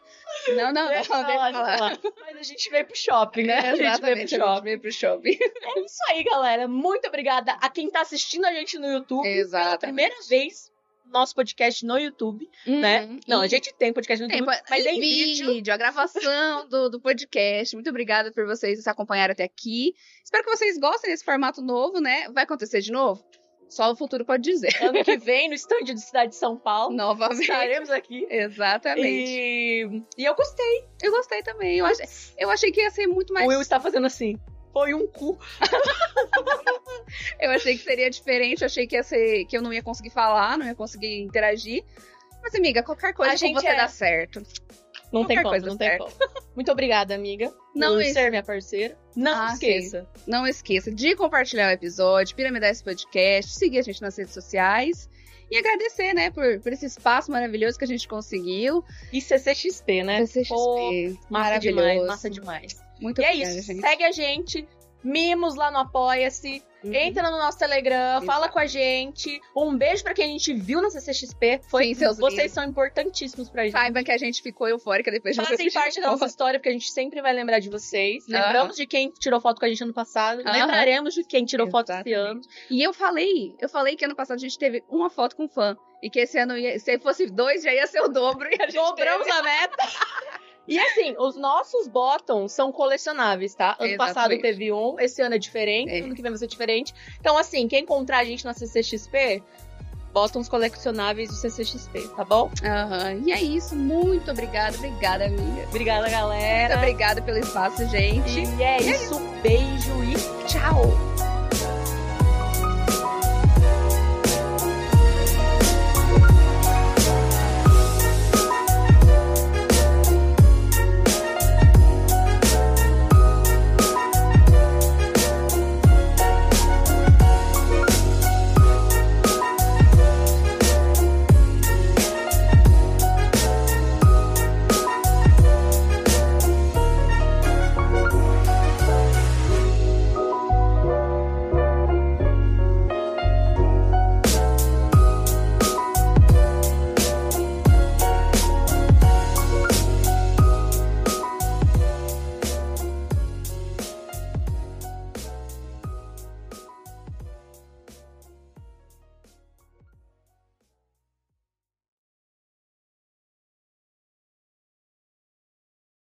Speaker 2: Não, não, não, deixa,
Speaker 3: Deixa pra lá, deixa
Speaker 2: falar.
Speaker 3: pra lá. É Mas a gente veio pro shopping, né? a gente veio
Speaker 2: Exatamente,
Speaker 3: pro shopping.
Speaker 2: veio pro shopping.
Speaker 3: É isso aí, galera. Muito obrigada a quem tá assistindo a gente no YouTube. Pela
Speaker 2: Exato.
Speaker 3: primeira vez, nosso podcast no YouTube, né? Não, a gente tem podcast no
Speaker 2: Uhum. Tem,
Speaker 3: YouTube, mas
Speaker 2: em
Speaker 3: em vídeo.
Speaker 2: vídeo, a gravação do, do podcast. Muito obrigada por vocês nos acompanharem até aqui. Espero que vocês gostem desse formato novo, né? Vai acontecer de novo? Só o futuro pode dizer.
Speaker 3: Ano que vem, no estande de Cidade de São Paulo, [LAUGHS]
Speaker 2: Novamente.
Speaker 3: estaremos aqui.
Speaker 2: Exatamente.
Speaker 3: E, e eu gostei.
Speaker 2: Eu gostei também. Eu achei, eu achei que ia ser muito mais.
Speaker 3: O Will está fazendo assim. Foi um cu.
Speaker 2: Eu achei que seria diferente. Eu achei que ia ser. que eu não ia conseguir falar, não ia conseguir interagir. Mas, amiga, qualquer coisa
Speaker 3: A
Speaker 2: com
Speaker 3: gente
Speaker 2: você
Speaker 3: é-
Speaker 2: dá certo.
Speaker 3: Não tem
Speaker 2: Qualquer
Speaker 3: como,
Speaker 2: coisa
Speaker 3: não tem como. [LAUGHS] Muito obrigada, amiga.
Speaker 2: Não,
Speaker 3: por
Speaker 2: esse-
Speaker 3: ser minha parceira. Não
Speaker 2: Ah,
Speaker 3: esqueça.
Speaker 2: Não esqueça de compartilhar o episódio, piramidar esse podcast, seguir a gente nas redes sociais e agradecer, né, por, por esse espaço maravilhoso que a gente conseguiu.
Speaker 3: E CCXP, né?
Speaker 2: CCXP,
Speaker 3: Pô, massa
Speaker 2: maravilhoso.
Speaker 3: demais, massa demais.
Speaker 2: Muito
Speaker 3: e é
Speaker 2: obrigada,
Speaker 3: isso.
Speaker 2: gente.
Speaker 3: Segue a gente. Mimos lá no Apoia-se.
Speaker 2: Uhum.
Speaker 3: Entra no nosso Telegram,
Speaker 2: Isso.
Speaker 3: fala com a gente. Um beijo pra quem a gente viu na CCXP. Foi,
Speaker 2: Sim, seus
Speaker 3: vocês
Speaker 2: lindos.
Speaker 3: são importantíssimos pra gente.
Speaker 2: Saibam que a gente ficou eufórica depois de
Speaker 3: Fazem
Speaker 2: vocês [LAUGHS]
Speaker 3: parte da nossa história, porque a gente sempre vai lembrar de vocês. Lembramos de quem tirou foto com a gente ano passado.
Speaker 2: Aham.
Speaker 3: Lembraremos de quem tirou foto esse
Speaker 2: Exatamente.
Speaker 3: ano.
Speaker 2: E eu falei, eu falei que ano passado a gente teve uma foto com fã. E que esse ano, ia, se fosse dois, já ia ser o dobro. E a gente
Speaker 3: Dobramos a meta. E assim, os nossos bottoms são colecionáveis, tá? Ano
Speaker 2: Exatamente.
Speaker 3: passado teve um, esse ano é diferente,
Speaker 2: É.
Speaker 3: ano que vem vai ser diferente. Então, assim, quem encontrar a gente na CCXP, bottoms colecionáveis do CCXP, tá bom?
Speaker 2: teve. Aham. E é isso. Muito obrigada, obrigada, amiga.
Speaker 3: Obrigada,
Speaker 2: Muito
Speaker 3: galera.
Speaker 2: é obrigada pelo espaço, gente.
Speaker 3: E é isso. Beijo e tchau.